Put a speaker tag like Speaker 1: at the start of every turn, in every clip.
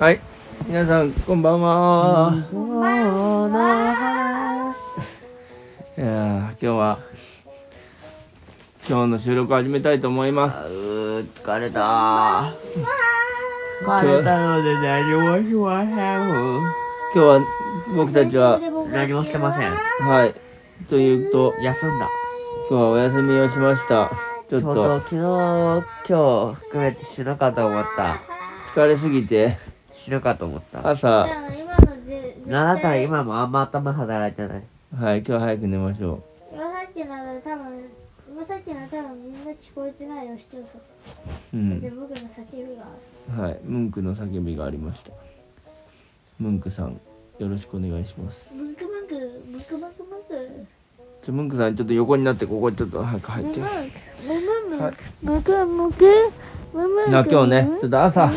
Speaker 1: はい、皆さんこんばんは。いやー、今日は今日の収録を始めたいと思います。
Speaker 2: うー疲れた疲れたので何もしませ
Speaker 1: 今日は僕たちは
Speaker 2: ん何もしてません
Speaker 1: はいというと
Speaker 2: 休んだ
Speaker 1: 今日はお休みをしました。ちょっ
Speaker 2: ちょうど
Speaker 1: と
Speaker 2: 昨日今日含めて死ぬかと思った
Speaker 1: 疲れすぎて
Speaker 2: 死ぬかと思った
Speaker 1: 朝
Speaker 3: 今のぜ
Speaker 2: なんだったら今もあんま頭働いてない
Speaker 1: はい今日は早く寝ましょ
Speaker 3: 今さっきの多分今さっきの多分みんな聞こえてないよ視聴者さん
Speaker 1: う。う
Speaker 3: で
Speaker 1: ん、
Speaker 3: 僕の叫びが
Speaker 1: はいムンクの叫びがありました。ムンクさんよろしくお願いします。
Speaker 3: ブンクブンクブンクブンクブンク
Speaker 1: じゃムンクさんちょっと横になってここちょっと早く入って。
Speaker 3: ムム
Speaker 1: はい
Speaker 3: ムクムクムム
Speaker 1: な今日ねちょっと朝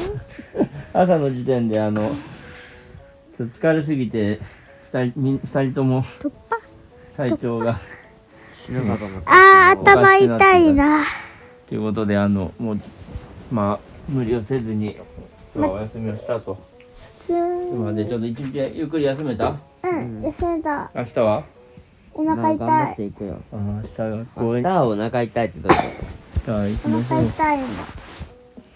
Speaker 1: 朝の時点であのちょっと疲れすぎて2人み二人とも体調が
Speaker 2: 死ぬかと思った
Speaker 3: あー
Speaker 1: 頭
Speaker 3: 頭
Speaker 1: 痛
Speaker 3: 痛
Speaker 1: い
Speaker 3: いな
Speaker 1: ということであのもうまあ無理をせずに今日はお休みをしたと
Speaker 3: すん
Speaker 1: 今までちょっと一日ゆっくり休めた
Speaker 3: うん痩せた
Speaker 1: 明日は
Speaker 3: お
Speaker 2: まあ
Speaker 3: 腹
Speaker 2: 頑張
Speaker 3: 痛
Speaker 2: っていこうよ
Speaker 1: あ明日学校
Speaker 2: 明
Speaker 1: へ
Speaker 2: 日
Speaker 1: 行
Speaker 2: はお腹痛いってどうぞ
Speaker 1: き
Speaker 3: いお
Speaker 1: ましょ
Speaker 3: 腹痛いの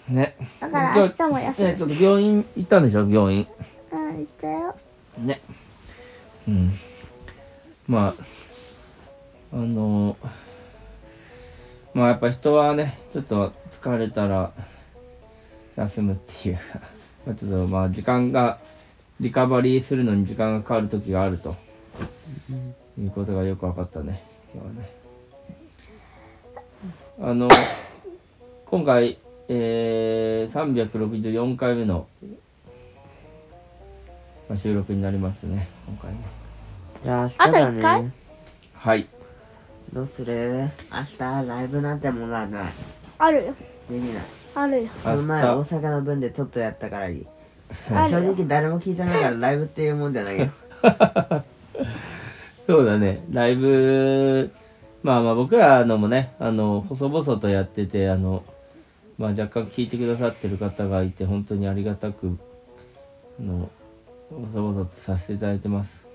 Speaker 1: うね
Speaker 3: だから明日も休
Speaker 1: ねち
Speaker 3: む
Speaker 1: ょっと病院行ったんでしょ病院
Speaker 3: うん行ったよ
Speaker 1: ねうんまああのまあやっぱ人はねちょっと疲れたら休むっていうかまあちょっとまあ時間がリカバリーするのに時間がかかる時があるということがよく分かったね今日はねあの今回えー、364回目のまあ収録になりますね今回ね
Speaker 2: じゃあ明日だ
Speaker 3: あと
Speaker 2: ね
Speaker 1: はい
Speaker 2: どうする明日ライブなんてものはない
Speaker 3: あるよ
Speaker 2: できない
Speaker 3: あるよ
Speaker 2: この前
Speaker 1: 明
Speaker 2: 大阪の分でちょっとやったからいい
Speaker 3: ある
Speaker 2: 正
Speaker 3: よ
Speaker 2: 直誰も聞いてないからライブっていうもんじゃない よ
Speaker 1: そうだねライブまあまあ僕らのもねあの細々とやっててあの、まあ、若干聞いてくださってる方がいて本当にありがたくあの細々とさせていただいてます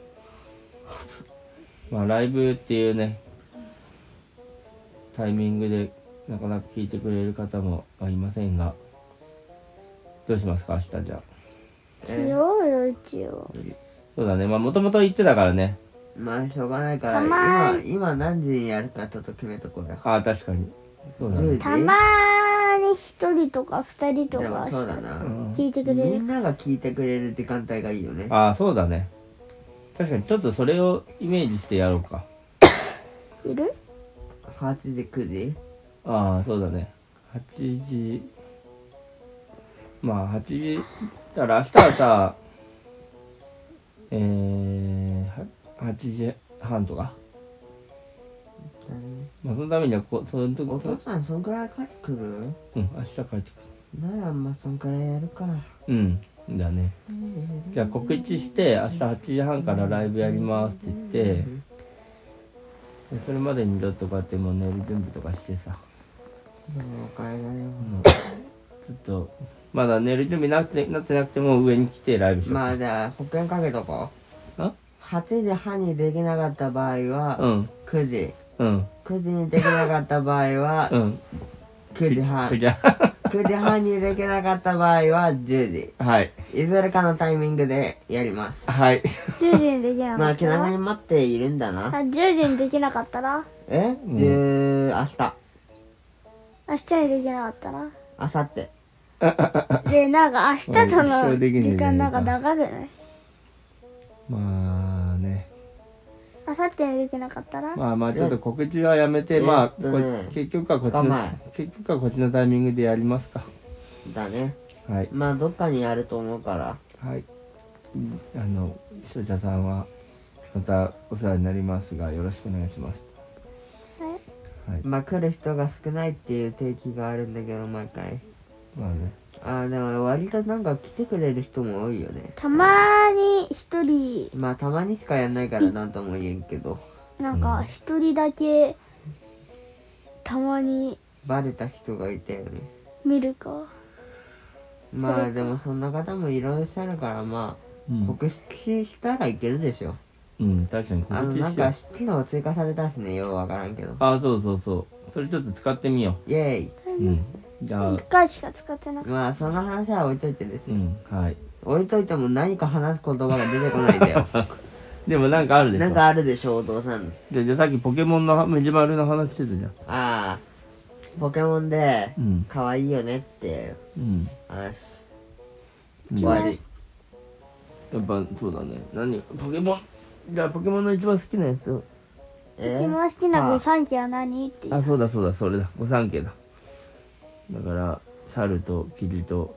Speaker 1: まあライブっていうねタイミングでなかなか聞いてくれる方もまあいませんがどうしますか明日じゃあ
Speaker 3: し
Speaker 2: え
Speaker 3: ようよ一応
Speaker 1: そうだねまあもともと言ってたからね
Speaker 2: まあしょうがないから
Speaker 3: たま
Speaker 2: 今
Speaker 3: ー
Speaker 2: 今何時にやるかちょっと決めとこうよ
Speaker 1: ああ確かにそうだ
Speaker 2: 10
Speaker 1: ね
Speaker 2: 時
Speaker 3: たまーに一人とか二人と
Speaker 2: でも
Speaker 3: かし
Speaker 2: そうだ
Speaker 3: か
Speaker 2: な、
Speaker 1: うん
Speaker 3: 聞いてくれ
Speaker 2: み
Speaker 3: る
Speaker 2: んなが聞いてくれる時間帯がいいよね
Speaker 1: ああそうだね確かにちょっとそれをイメージしてやろうか
Speaker 3: いる
Speaker 2: 8時9時
Speaker 1: ああそうだね8時まあ8時だから明日はさえー、は8時半とかまあそのためにはこその時
Speaker 2: お父さんそんくらい帰ってくる
Speaker 1: うん明日帰ってくる
Speaker 2: ならまあそんくらいやるか
Speaker 1: うんだねじゃあ告知して明日8時半からライブやりますって言ってでそれまでにちょっとこうやってもう寝る準備とかしてさ
Speaker 2: もうお帰りだよ
Speaker 1: ちょっとまだ寝る準備なってなってなくても上に来てライブしよう
Speaker 2: まあじゃあ保険かけとこうん8時半にできなかった場合
Speaker 1: う
Speaker 2: は
Speaker 1: ん
Speaker 2: 9時
Speaker 1: うん
Speaker 2: 9時にできなかった場合は
Speaker 1: うん
Speaker 2: 9時半
Speaker 1: じゃあ
Speaker 2: 9時半にできなかった場合は10時
Speaker 1: はい
Speaker 2: いずれかのタイミングでやります
Speaker 1: はい
Speaker 3: 10時にできな
Speaker 2: ま
Speaker 3: か
Speaker 2: あ
Speaker 3: っ
Speaker 2: 気
Speaker 3: たら、
Speaker 2: 長に待っているんだな
Speaker 3: あ10時にできなかったら
Speaker 2: え
Speaker 1: ん
Speaker 2: 十明日
Speaker 3: 明日にできなかったら
Speaker 2: 明後日
Speaker 3: でなんか明日と
Speaker 1: 一生
Speaker 3: の
Speaker 1: できねえじゃねえ
Speaker 3: 時
Speaker 1: か
Speaker 3: 間なんか長くない
Speaker 1: まあね
Speaker 3: 明後日にできなかったら、
Speaker 1: まあまあちょっと告知はやめて
Speaker 2: え
Speaker 1: まあ
Speaker 2: えっと
Speaker 1: こ
Speaker 2: ね
Speaker 1: 結局はこっち
Speaker 2: 我
Speaker 1: の
Speaker 2: 慢
Speaker 1: 結局はこっちのタイミングでやりますか
Speaker 2: だね
Speaker 1: はい
Speaker 2: まあどっかにやると思うから
Speaker 1: はいうんあの視聴者さんはまたお世話になりますがよろしくお願いします
Speaker 3: はい
Speaker 1: はい
Speaker 2: まあ来る人が少ないっていう定義があるんだけど毎回
Speaker 1: まあね
Speaker 2: あーでも割となんか来てくれる人も多いよね
Speaker 3: たまに一人
Speaker 2: まあたまにしかやんないからなんとも言えんけど
Speaker 3: なんか一人だけたまに
Speaker 2: バレた人がいたよね
Speaker 3: 見るか
Speaker 2: まあでもそんな方もいろいろっしゃるからま
Speaker 1: う
Speaker 2: あ
Speaker 1: ん、
Speaker 2: 告知したらいけるでしょ
Speaker 1: うん、確かに
Speaker 2: あ
Speaker 1: 告
Speaker 2: の
Speaker 1: 知
Speaker 2: なん
Speaker 1: して
Speaker 2: か機能追加されたんすねようわからんけど
Speaker 1: あそうそうそうそれちょっと使ってみよ
Speaker 2: イエーイ
Speaker 1: ううんじゃあ
Speaker 3: 一回しか使ってなくて
Speaker 2: まあその話は置いといてです
Speaker 1: う
Speaker 2: よ、
Speaker 1: んはい
Speaker 2: 置いといても何か話す言葉が出てこないんだ よ
Speaker 1: でもなんかあるでし
Speaker 2: な
Speaker 1: ょ
Speaker 2: んかあるでしょお父さん
Speaker 1: でじゃあさっきポケモンのムジマルの話してたじゃん
Speaker 2: ああポケモンで
Speaker 1: うん
Speaker 2: 可愛いよねっていう
Speaker 1: うん
Speaker 2: 話
Speaker 1: うん
Speaker 2: 終わり
Speaker 1: やっぱそうだね何ポケモンじゃあポケモンの一番好きなやつを
Speaker 2: え
Speaker 3: 一番好きな御三家は何っていう
Speaker 1: あそうだそうだそれだ御三家だだから猿と霧と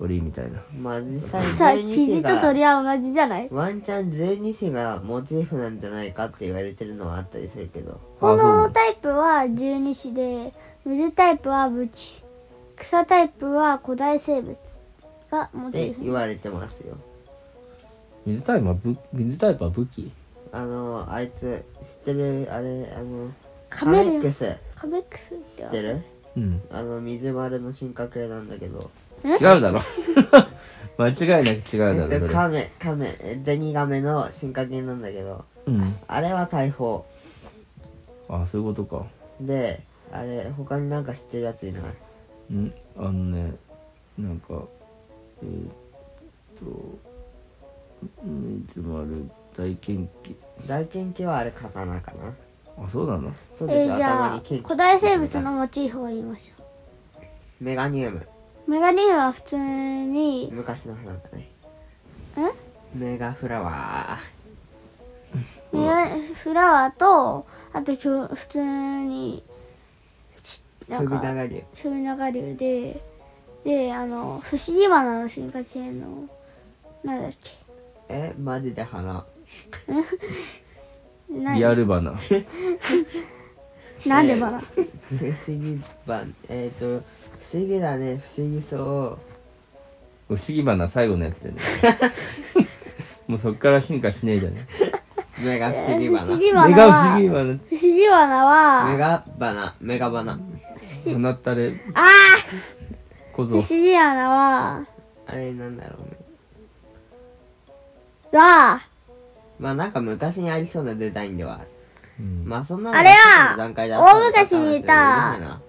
Speaker 1: 鳥みたいな
Speaker 2: まあ実際
Speaker 3: さあ
Speaker 2: 12
Speaker 3: キジ
Speaker 2: 子
Speaker 3: と
Speaker 2: が
Speaker 3: 鳥は同じじゃない
Speaker 2: ワンチャン十二子がモチーフなんじゃないかって言われてるのはあったりするけど
Speaker 3: こ
Speaker 1: あ
Speaker 3: のタイプは十二支で水タイプは武器草タイプは古代生物がモ
Speaker 2: っ
Speaker 3: チー
Speaker 2: て
Speaker 3: フ
Speaker 2: 言われてますよ
Speaker 1: 水タイプは武水タイプは武器
Speaker 2: あのあいつ知ってるあれあの
Speaker 3: カメ
Speaker 2: カ
Speaker 3: レ
Speaker 2: メ
Speaker 3: オ
Speaker 2: ッ
Speaker 3: ン
Speaker 2: クス
Speaker 3: カメックスって
Speaker 2: 知っ
Speaker 3: わ
Speaker 2: てる
Speaker 1: うん
Speaker 2: あの水丸の進化系なんだけど
Speaker 1: 違うだろ 間違いなく違
Speaker 2: え
Speaker 1: うだ
Speaker 2: っ
Speaker 1: ろそ
Speaker 2: と
Speaker 1: れ
Speaker 2: カメカメえゼニガメの進化系なんだけど
Speaker 1: うん
Speaker 2: あれは大砲
Speaker 1: あそういうことか
Speaker 2: であれ他になんか知ってるやついない
Speaker 1: うんあのねなんかえー、っとうんいつもある大剣気
Speaker 2: 大剣気はあれ刀かな
Speaker 1: あそうなの
Speaker 2: そうで
Speaker 3: え
Speaker 2: しょ、
Speaker 3: ーじゃ
Speaker 2: 頭
Speaker 3: あ
Speaker 2: に剣気
Speaker 3: 古代生物のモチーフを言いましょ
Speaker 2: メガニウム
Speaker 3: うメガニウムは普通に
Speaker 2: 昔の花だねメガフラワ
Speaker 3: メガフラワーとあときょ普通にち
Speaker 2: ー
Speaker 3: なん
Speaker 2: 首
Speaker 3: か
Speaker 2: 長竜
Speaker 3: そういう流れで、で、あの、不思議花の進化系の、なんだっけ。
Speaker 2: えマジで花
Speaker 3: な
Speaker 1: リア
Speaker 3: ん
Speaker 1: ルバナ
Speaker 3: なんで花
Speaker 2: 不思議ばえっ、と不思議だね不思議そ
Speaker 1: 不思議花最後のやつだよ ねもうそっから進化しねえじゃね
Speaker 2: うメガ不思
Speaker 3: え
Speaker 2: 議
Speaker 3: 不思
Speaker 2: 花
Speaker 3: 議
Speaker 1: 目
Speaker 3: 花
Speaker 1: が不思議
Speaker 3: は、
Speaker 1: 花
Speaker 3: 不思議花
Speaker 2: メ
Speaker 3: は、
Speaker 2: ガバナメガバナ
Speaker 1: 花ったれ
Speaker 3: あ
Speaker 1: 小
Speaker 3: ー不
Speaker 1: 僧
Speaker 3: 思議花は、
Speaker 2: あれなんだろうね
Speaker 3: は、
Speaker 2: まあなんか昔にありそうなデザインではある
Speaker 1: うん
Speaker 2: まあそんな
Speaker 3: あれは
Speaker 2: は段階だ
Speaker 3: 大昔に
Speaker 2: うる
Speaker 3: いた
Speaker 2: さいな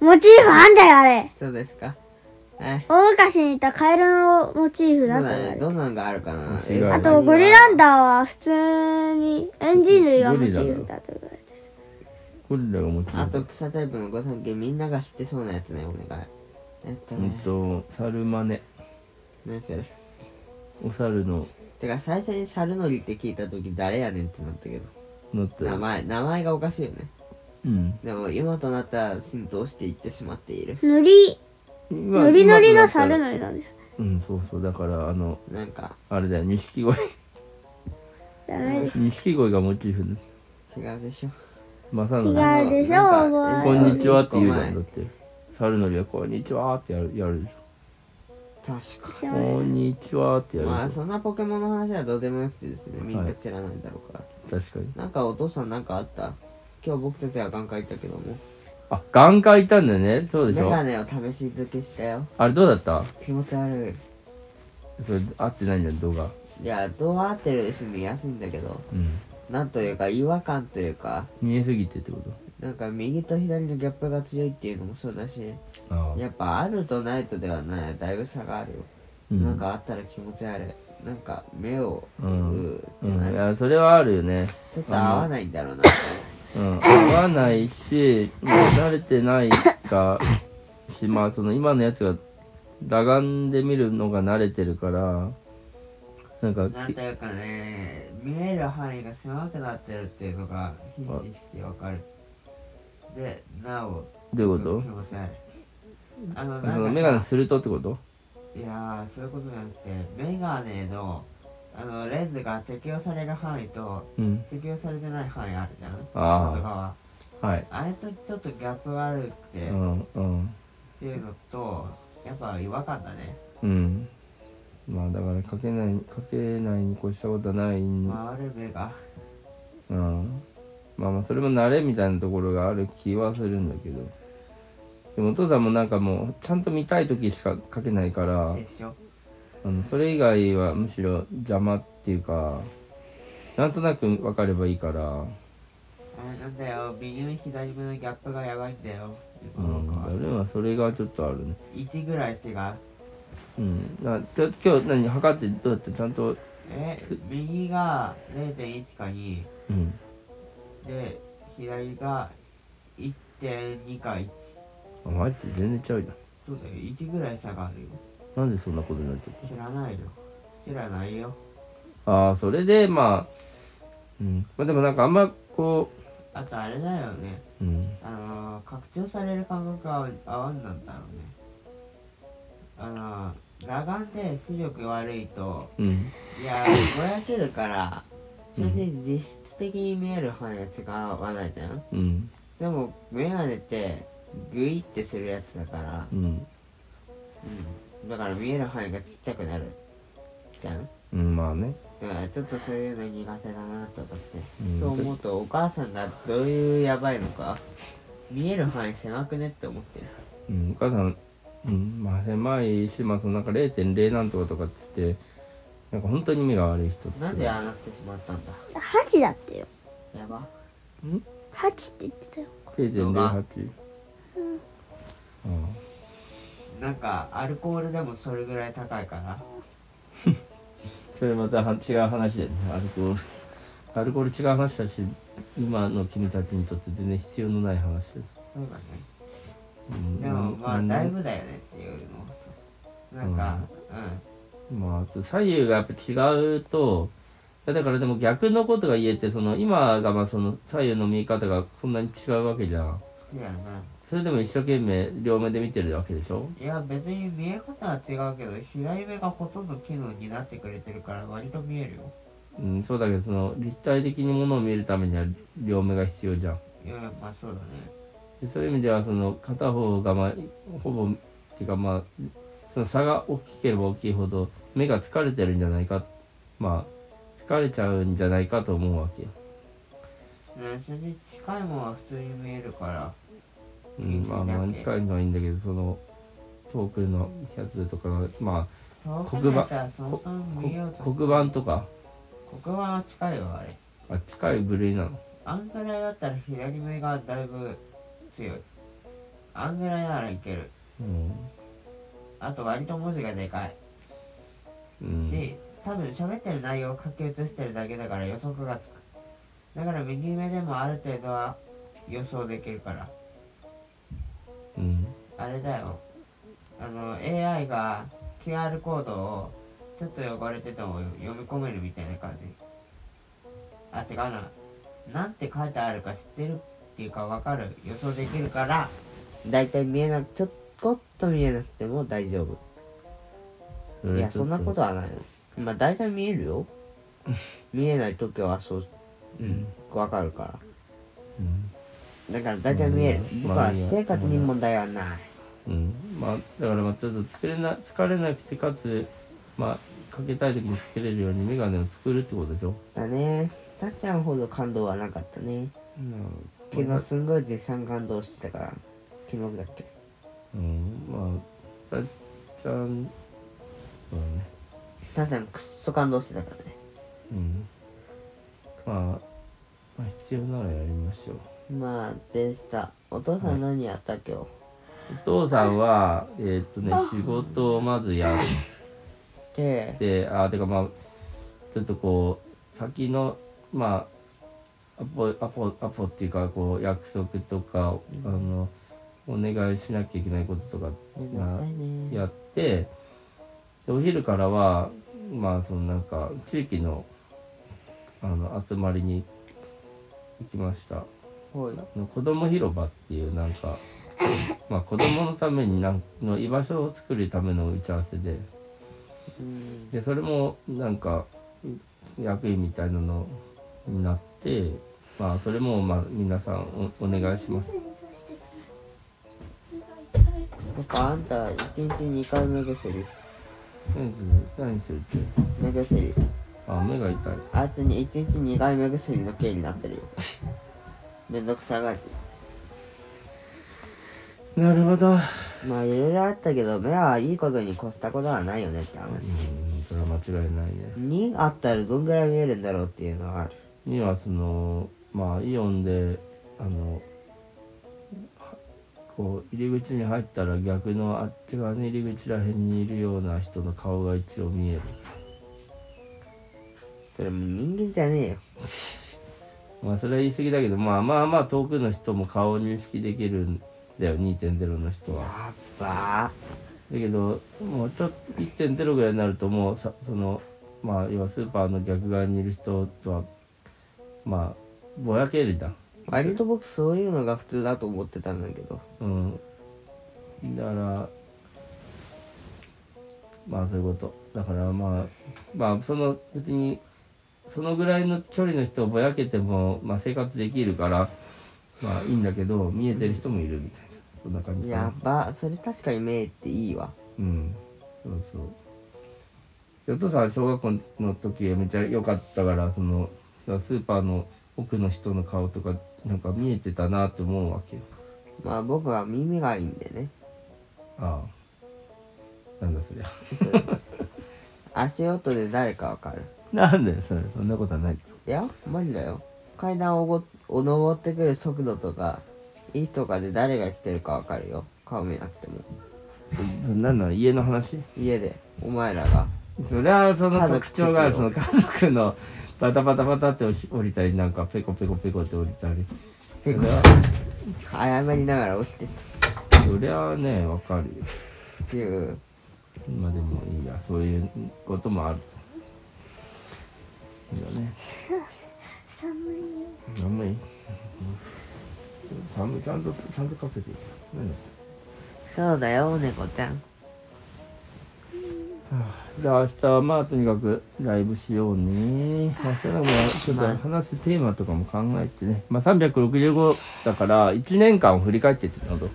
Speaker 3: モチーフあんだよ、あれ。
Speaker 2: そうですかえ
Speaker 3: 大昔にいたカエルのモチー
Speaker 2: そ
Speaker 3: フ
Speaker 2: う
Speaker 3: だ
Speaker 2: だ
Speaker 3: った
Speaker 2: ね
Speaker 3: よ。
Speaker 2: どんなのがあるかな
Speaker 1: 違う
Speaker 2: え
Speaker 1: あ
Speaker 3: あ
Speaker 1: れ
Speaker 3: と、ゴリラン
Speaker 2: ダ
Speaker 3: ダーは普通にエンジン類がモチーフだと言われてる。
Speaker 1: ゴリラが持ち
Speaker 2: あと草タイプのご三家みんなが知ってそうなやつねお願いえっと
Speaker 1: うん
Speaker 2: ね
Speaker 1: とサルマネ
Speaker 2: 何それ
Speaker 1: お猿の
Speaker 2: てか最初に猿のりって聞いた時誰やねんってなったけど
Speaker 1: 乗って
Speaker 2: 名前名前がおかしいよね
Speaker 1: うん
Speaker 2: でも今となったら浸透していってしまっている
Speaker 3: 塗り、
Speaker 1: 今
Speaker 3: ノリノリ
Speaker 1: 今とな
Speaker 3: の
Speaker 1: ったら
Speaker 3: 猿のりなんだよ。
Speaker 1: うんそうそうだからあの
Speaker 2: なんか
Speaker 1: あれだよ錦鯉
Speaker 3: ダメです。
Speaker 1: 錦鯉がモチーフです
Speaker 2: 違うでしょ
Speaker 1: まさ
Speaker 3: 違う
Speaker 1: の
Speaker 3: でしょ
Speaker 2: なん
Speaker 3: お
Speaker 2: か
Speaker 3: 前
Speaker 1: こんにちはって言うじゃんだ
Speaker 2: 確
Speaker 1: って猿のりはこんにちはってやるやるでし
Speaker 2: か
Speaker 3: すい
Speaker 1: ょ
Speaker 3: ません
Speaker 1: こんにちはってやるでしょ
Speaker 2: まあそんなポケモンの話はどうでもよくてですねみんな知らないだろうから、
Speaker 1: 確かに
Speaker 2: なんかお父さんなんかあった今日僕たちは眼科行ったけども
Speaker 1: あ眼科いたんだよねそうで
Speaker 2: メ
Speaker 1: しょ
Speaker 2: ガネを試し付けしたよ
Speaker 1: あれどうだった
Speaker 2: 気持ち悪
Speaker 1: それ合ってないんだよ動画
Speaker 2: いいやどう合ってるし見やすいんだけど
Speaker 1: うん
Speaker 2: なんというか違和感というか
Speaker 1: 見えすぎてってこと
Speaker 2: なんか右と左のギャップが強いっていうのもそうだし
Speaker 1: ああ
Speaker 2: やっぱあるとないとではないだいぶ差があるよ、
Speaker 1: うん
Speaker 2: なんかあったら気持ち悪いなんか目をう
Speaker 1: うん
Speaker 2: ーって
Speaker 1: う
Speaker 2: なる、
Speaker 1: んいやそれはあるよね
Speaker 2: ちょっと合わないんだろうな
Speaker 1: うん合わない しもう慣れてないかしまあその今のやつが裸眼で見るのが慣れてるからなんか
Speaker 2: なん
Speaker 1: き
Speaker 2: というかね見える範囲が狭くなってるっていうのがひしひししてわかるでなお
Speaker 1: どういうこ
Speaker 2: 気持ち悪いあの
Speaker 1: と
Speaker 2: な
Speaker 1: その
Speaker 2: ん
Speaker 1: メ
Speaker 2: か
Speaker 1: ガネするとってこと
Speaker 2: いやーそういうことじゃなくてメガネのあのレンズが適用される範囲と
Speaker 1: うん
Speaker 2: 適用されてない範囲あるじゃん外
Speaker 1: あ
Speaker 2: 側
Speaker 1: あはい
Speaker 2: あれとちょっとギャップがあるく
Speaker 1: う
Speaker 2: て、っ
Speaker 1: んうん
Speaker 2: ていうのとやっぱ違和感だね
Speaker 1: うんまあだからかけないかけないに越したことはないん
Speaker 2: 回る目が
Speaker 1: うんまあまあそれも慣れみたいなところがある気はするんだけどでもお父さんもなんかもうちゃんと見たい時しか書けないから
Speaker 2: でしょ
Speaker 1: あのそれ以外はむしろ邪魔っていうかなんとなく分かればいいから、
Speaker 2: あれなんだよ右目左目のギャップがやばいんだよ
Speaker 1: う
Speaker 2: この子は
Speaker 1: ん、俺はそれがちょっとあるね
Speaker 2: 1ぐらい違う
Speaker 1: うんなちょ今日何測ってどうやってちゃんと
Speaker 2: え右が0.1か2
Speaker 1: うん
Speaker 2: で左が1.2か1
Speaker 1: あマジで全然ちゃうじ
Speaker 2: そうだよ1ぐらい差があるよ
Speaker 1: ゃんなんでそんなことになっちゃった
Speaker 2: 知らないよ知らないよ
Speaker 1: ああそれでまあうんまあでもなんかあんまこ
Speaker 2: あとあれだよね
Speaker 1: ううん
Speaker 2: あのー、拡張される感覚は合わんなんだろうねあのー、裸眼で視力悪いと
Speaker 1: うん
Speaker 2: いやぼやけるから正直実質的に見える範囲は違わないじゃん
Speaker 1: うん
Speaker 2: でも眼鏡ってグイってするやつだから
Speaker 1: うん
Speaker 2: だから見える範囲がちっちゃくなるじゃん
Speaker 1: うんまあね
Speaker 2: だからちょっとそういうの苦手だなと思って、
Speaker 1: うん
Speaker 2: そう思うとお母さんがどういうやばいのか見える範囲狭くねって思ってる
Speaker 1: うん、お母さん、うん、まあ狭いし、まあそのなんか0.0なんとかとかっつって、なんか本当に目が悪い人って。
Speaker 2: なんでああなってしまったんだ
Speaker 3: 8だってよ
Speaker 2: やば
Speaker 3: 8って言ってたよ
Speaker 1: ?0.08。うん。
Speaker 2: なんかアルコールでもそれぐらい高いから
Speaker 1: それまたは違う話だよね。アルコール。アルコール違う話だし、今の君たちにとって全然必要のない話です。
Speaker 2: そうだね
Speaker 1: うん
Speaker 2: でもまあ
Speaker 1: うん
Speaker 2: だいぶだよねっていうのをさなんかう
Speaker 1: まあ、あと左右がやっぱ違うと、いやだからでも逆のことが言えて、その今がまあその左右の見え方がそんなに違うわけじゃん。
Speaker 2: んそうやな
Speaker 1: それでも一生懸命両目で見てるわけでしょ
Speaker 2: いや別に見え方は違うけど左目がほとんど機能になってくれてるから割と見えるよ
Speaker 1: うん、そうだけど、その立体的にものを見るためには両目が必要じゃん。
Speaker 2: いやまあそうだね
Speaker 1: でそういう意味では、その片方が、まあ、ほぼ、っていうかまあ、その差が大きければ大きいほど目が疲れてるんじゃないか、まあ、疲れちゃうんじゃないかと思うわけよ。
Speaker 2: ねそれで近いもんは普通に見えるから
Speaker 1: うん、まあまあ近いのはいいんだけど、その、遠くのやつとか、ま
Speaker 2: 黒
Speaker 1: 黒板
Speaker 2: 板そもそも
Speaker 1: あ、
Speaker 2: 見えようと
Speaker 1: こ黒板とか、
Speaker 2: 黒板は近いよあれ
Speaker 1: あ、近い部類なの。
Speaker 2: あんぐらいだったら左目がだいぶ強いあんぐらいならいける
Speaker 1: うん。
Speaker 2: あと割と文字がでかい
Speaker 1: うん。
Speaker 2: し多分喋ってる内容を書き写してるだけだから予測がつくだから右目でもある程度は予想できるから
Speaker 1: うん。
Speaker 2: あれだよあの AI が QR コードをちょっと汚れてても読み込めるみたいな感じあ違うななんて書いてあるか知ってるっていうか分かる予想できるからだいたい見えなくちょこっと見えなくても大丈夫
Speaker 1: そ
Speaker 2: い
Speaker 1: れ
Speaker 2: や
Speaker 1: ちょ
Speaker 2: そ
Speaker 1: っ
Speaker 2: んなことはないのまあだいたい見え るよ見えない時はそう
Speaker 1: うん。
Speaker 2: 分かるから
Speaker 1: うん
Speaker 2: だからだいたい見える
Speaker 1: うん
Speaker 2: 僕は
Speaker 1: まあいい
Speaker 2: 私
Speaker 1: や
Speaker 2: 生活に問題はない
Speaker 1: うん、まあだからまあちょっと疲れな疲れなくてかつまあかけたい時にかけれるようにメガネを作るってことでしょ
Speaker 2: だねたっちゃんほど感動はなかったね
Speaker 1: う
Speaker 2: 昨
Speaker 1: んまあ
Speaker 2: 日すんごい絶賛感動してたから昨日だっけ
Speaker 1: うんまあたっちゃんそうだね
Speaker 2: ただくっそ感動してたからね
Speaker 1: うんまあ、まあ、必要ならやりましょう
Speaker 2: まあでしたお父さん何やった今日、
Speaker 1: お父さんはえーっとね仕事をまずやっ
Speaker 2: で
Speaker 1: てあてかまあちょっとこう先のまあアポアポアポっていうかこう約束とか、あのお願いしなきゃいけないこととか
Speaker 2: めんどくさいね
Speaker 1: やってでお昼からはまあそのなんか地域のあの集まりに行きました
Speaker 2: ほい
Speaker 1: あの子ども広場っていうなん かまあ子どものためになんの居場所を作るための打ち合わせで
Speaker 2: うん
Speaker 1: でそれもなんか役員みたいなのになってまあそれもまあ皆さんおお願いします
Speaker 2: なんかあんた一日2回目薬
Speaker 1: 何する何するって
Speaker 2: 目薬
Speaker 1: あ目が痛い
Speaker 2: あいつに一日2回目薬の刑になってるよめんどくさがり
Speaker 1: なるほどうん
Speaker 2: まあいろいろあったけど目はいいことに越したことはないよねって話
Speaker 1: それは間違いないね
Speaker 2: 2あったらどんぐらい見えるんだろうっていうのはある
Speaker 1: にはそのまあイオンであのはこう入り口に入ったら逆のあっち側の入り口らへんにいるような人の顔が一応見える
Speaker 2: それも人間じゃねえよ
Speaker 1: まあそれは言い過ぎだけどまあまあまあ遠くの人も顔を認識できるんだよ2.0の人は
Speaker 2: やっば
Speaker 1: だけどもうちょっと1.0ぐらいになるともうさそのまあ要はスーパーの逆側にいる人とはまあぼやけるじゃん
Speaker 2: 割と僕そういうのが普通だと思ってたんだけど
Speaker 1: うんだからまあそういうことだからまあまあその別にそのぐらいの距離の人をぼやけても、まあ、生活できるからまあいいんだけど見えてる人もいるみたいなそんな感じかな
Speaker 2: やばそれ確かに目っていいわ
Speaker 1: うんそうそうでお父さんは小学校の時めっちゃ良かったからそのスーパーの奥の人の顔とかなんか見えてたなって思うわけよ
Speaker 2: まあ僕は耳がいいんでね
Speaker 1: ああなんだそりゃ
Speaker 2: 足音で誰かわかる
Speaker 1: なんだよそれそんなことはない
Speaker 2: いやマジだよ階段をごお登ってくる速度とかいいとかで誰が来てるかわかるよ顔見なくても
Speaker 1: なんなの家の話
Speaker 2: 家でお前らが
Speaker 1: そりゃその
Speaker 2: 家族
Speaker 1: 特徴がある
Speaker 2: ち
Speaker 1: そ
Speaker 2: ょ
Speaker 1: の
Speaker 2: っ
Speaker 1: 家族のバタバタバタって落ち降りたりなんかペコペコペコって降りたり
Speaker 2: 結構謝りながら落ちてっ
Speaker 1: そりゃねわかるよ
Speaker 2: ていう
Speaker 1: まあでもいいやそういうこともあるいいよね
Speaker 3: 寒いよ
Speaker 1: 寒いうん寒いちゃんとちゃんとかけていいからね
Speaker 2: そうだよ猫ちゃん
Speaker 1: じゃあ明日はまあとにかくライブしようね。明日なんかちょっと話すテーマとかも考えてね。まあ365だから1年間を振り返ってってなど。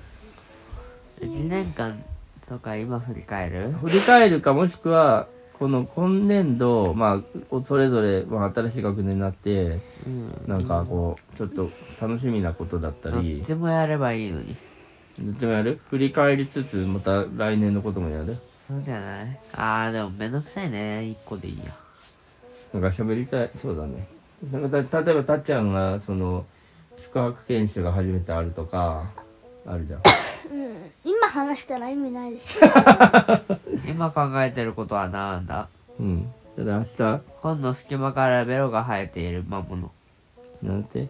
Speaker 2: 1年間とか今振り返る
Speaker 1: 振り返るかもしくは、この今年度、まあ、それぞれ、まあ、新しい学年になって、
Speaker 2: うん
Speaker 1: なんかこう、ちょっと楽しみなことだった
Speaker 2: どっ
Speaker 1: り、
Speaker 2: ちもやればいいのに
Speaker 1: どっちもやる振り返りつつ、また来年のこともやる
Speaker 2: そうじゃないあーでもめんどくさいね一個でいいや
Speaker 1: なんか喋りたい、そうだね。なんかた例えばたっちゃんがその宿泊研修が初めてあるとかあるじゃん。
Speaker 3: うん今話したら意味ないでしょ
Speaker 2: 今考えてることはなんだ
Speaker 1: うん。ただ明
Speaker 2: 本の隙間からベロが生えている魔物
Speaker 1: 日なんて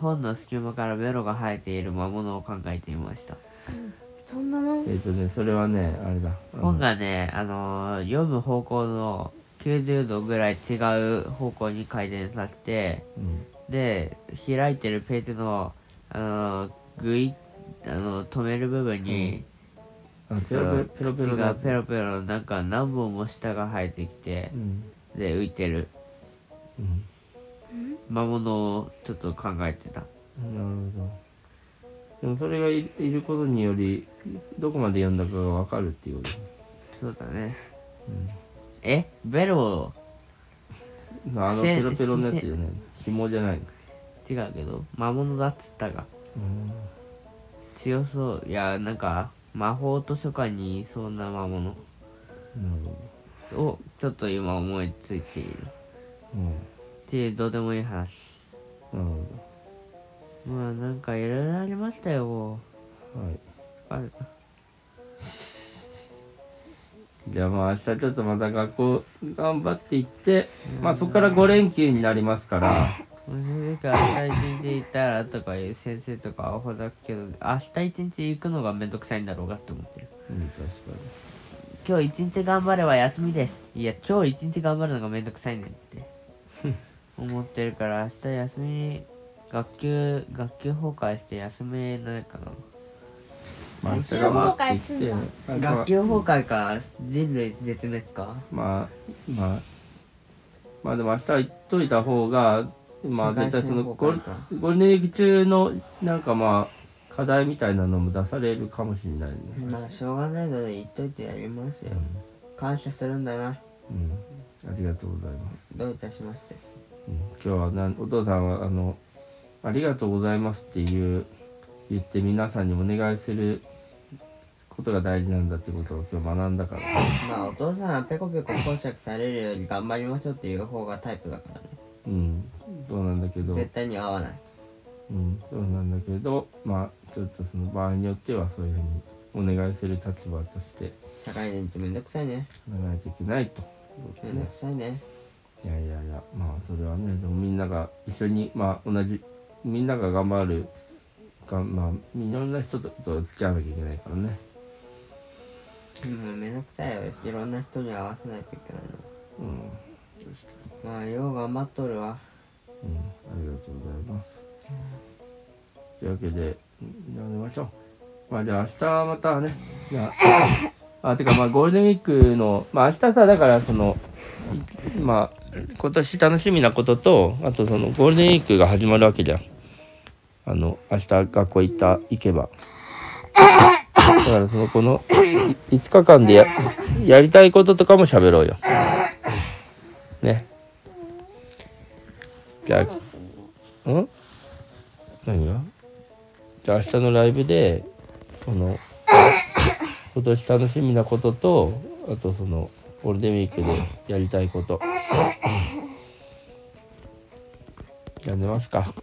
Speaker 2: 本の隙間からベロが生えている魔物を考えてみました
Speaker 3: そんなの
Speaker 1: えっ、とねそれはねあれだ。あの
Speaker 2: 本がね、あのー読む方向の90度ぐらい違う方向に回転させて
Speaker 1: うん。
Speaker 2: で開いてるページのあのーグイッあのー止める部分に、
Speaker 1: あペロペロペロペロ
Speaker 2: 口
Speaker 1: だ
Speaker 2: が。ペロペロなんか何本も舌が生えてきて
Speaker 1: うん。
Speaker 2: で浮いてる
Speaker 1: うん。
Speaker 2: 魔物をちょっと考えて
Speaker 1: な
Speaker 2: た
Speaker 1: るほど。でもそれがいいることによりどこまで読んだかがわかるっていうことね。
Speaker 2: そうだね
Speaker 1: うん
Speaker 2: えベロを
Speaker 1: あの
Speaker 2: せ
Speaker 1: ペロペロのやつじゃない。紐じゃないの。
Speaker 2: 違うけど魔物だっつったが
Speaker 1: うん
Speaker 2: 強そういやなんか魔法図書館にいそうな魔物
Speaker 1: なるほ
Speaker 2: をちょっと今思いついている
Speaker 1: ど。うん。
Speaker 2: っていうどうでもいい話
Speaker 1: なるほ
Speaker 2: まあなんかいろいろありましたよ
Speaker 1: ど。はい。
Speaker 2: ある
Speaker 1: じゃあまあ明日ちょっとまた学校頑張っていって、まあそこから5連休になりますから、
Speaker 2: 先生が明日一日いたらとかいう先生とかアホだけど明日一日行くのがめんどくさいんだろうがって思ってる
Speaker 1: うん、確か
Speaker 2: 今日一日頑張れば休みですいや今日一日頑張るのがめんどくさいねんって 思ってるから明日休み学級学級崩壊して休めないかな
Speaker 1: まあ明日
Speaker 3: 学級
Speaker 1: 頑張
Speaker 3: 崩
Speaker 1: っていっ
Speaker 3: 壊すん
Speaker 1: て
Speaker 3: だ、
Speaker 1: なんか
Speaker 2: 級崩壊か人類絶滅か
Speaker 1: まあ、まあ、まあでも明日は行っといた方が、まあ絶対そのゴールゴールデンウィーク中のなんかまあ課題みたいなのも出されるかもしれないね。
Speaker 2: まあしょうがないので言っといてやりますよ感謝するんだな
Speaker 1: うん、ありがとうございます。
Speaker 2: どういたしまして
Speaker 1: うん今日はなんお父さんはあのありがとうございますっていう、言って皆さんにお願いすることが大事なんだってことを今日学んだから。
Speaker 2: まあお父さんはペコペコ膠着されるより頑張りましょうっていう方がタイプだからね
Speaker 1: うん。そうなんだけど、
Speaker 2: 絶対に合わない
Speaker 1: うん、そうなんだけど、まあ、ちょっとその場合によってはそういうふうにお願いする立場として
Speaker 2: 社会人ってめんどくさいね
Speaker 1: 考えといけないと。
Speaker 2: めんどくさいね
Speaker 1: いやいやいや、まあそれはね、でもみんなが一緒に、まあ同じ、みんなが頑張る、がまあ、いろんな人とと付き合わなきゃいけないからね。
Speaker 2: うんめんどくさいよいろんな人に合わせないといけない
Speaker 1: うん。
Speaker 2: のまあよう頑張っとるわ
Speaker 1: うん、ありがとうございます。というわけで、じゃあ寝ましょう。まあじゃあ明日またね、じゃあ、あ、てかまあゴールデンウィークの、まあ明日さ、だからその、まあ今年楽しみなことと、あとそのゴールデンウィークが始まるわけじゃん。あの、明日学校行った、行けば。だからそのこのい5日間でややりたいこととかも喋ろうよ。ね。じゃあ
Speaker 3: ですね
Speaker 1: ん何がじゃあ明日のライブでこの今年楽しみなこととあとそのゴールデンウィークでやりたいことじゃあ寝ますか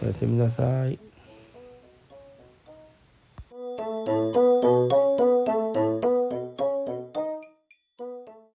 Speaker 1: おやすみなさい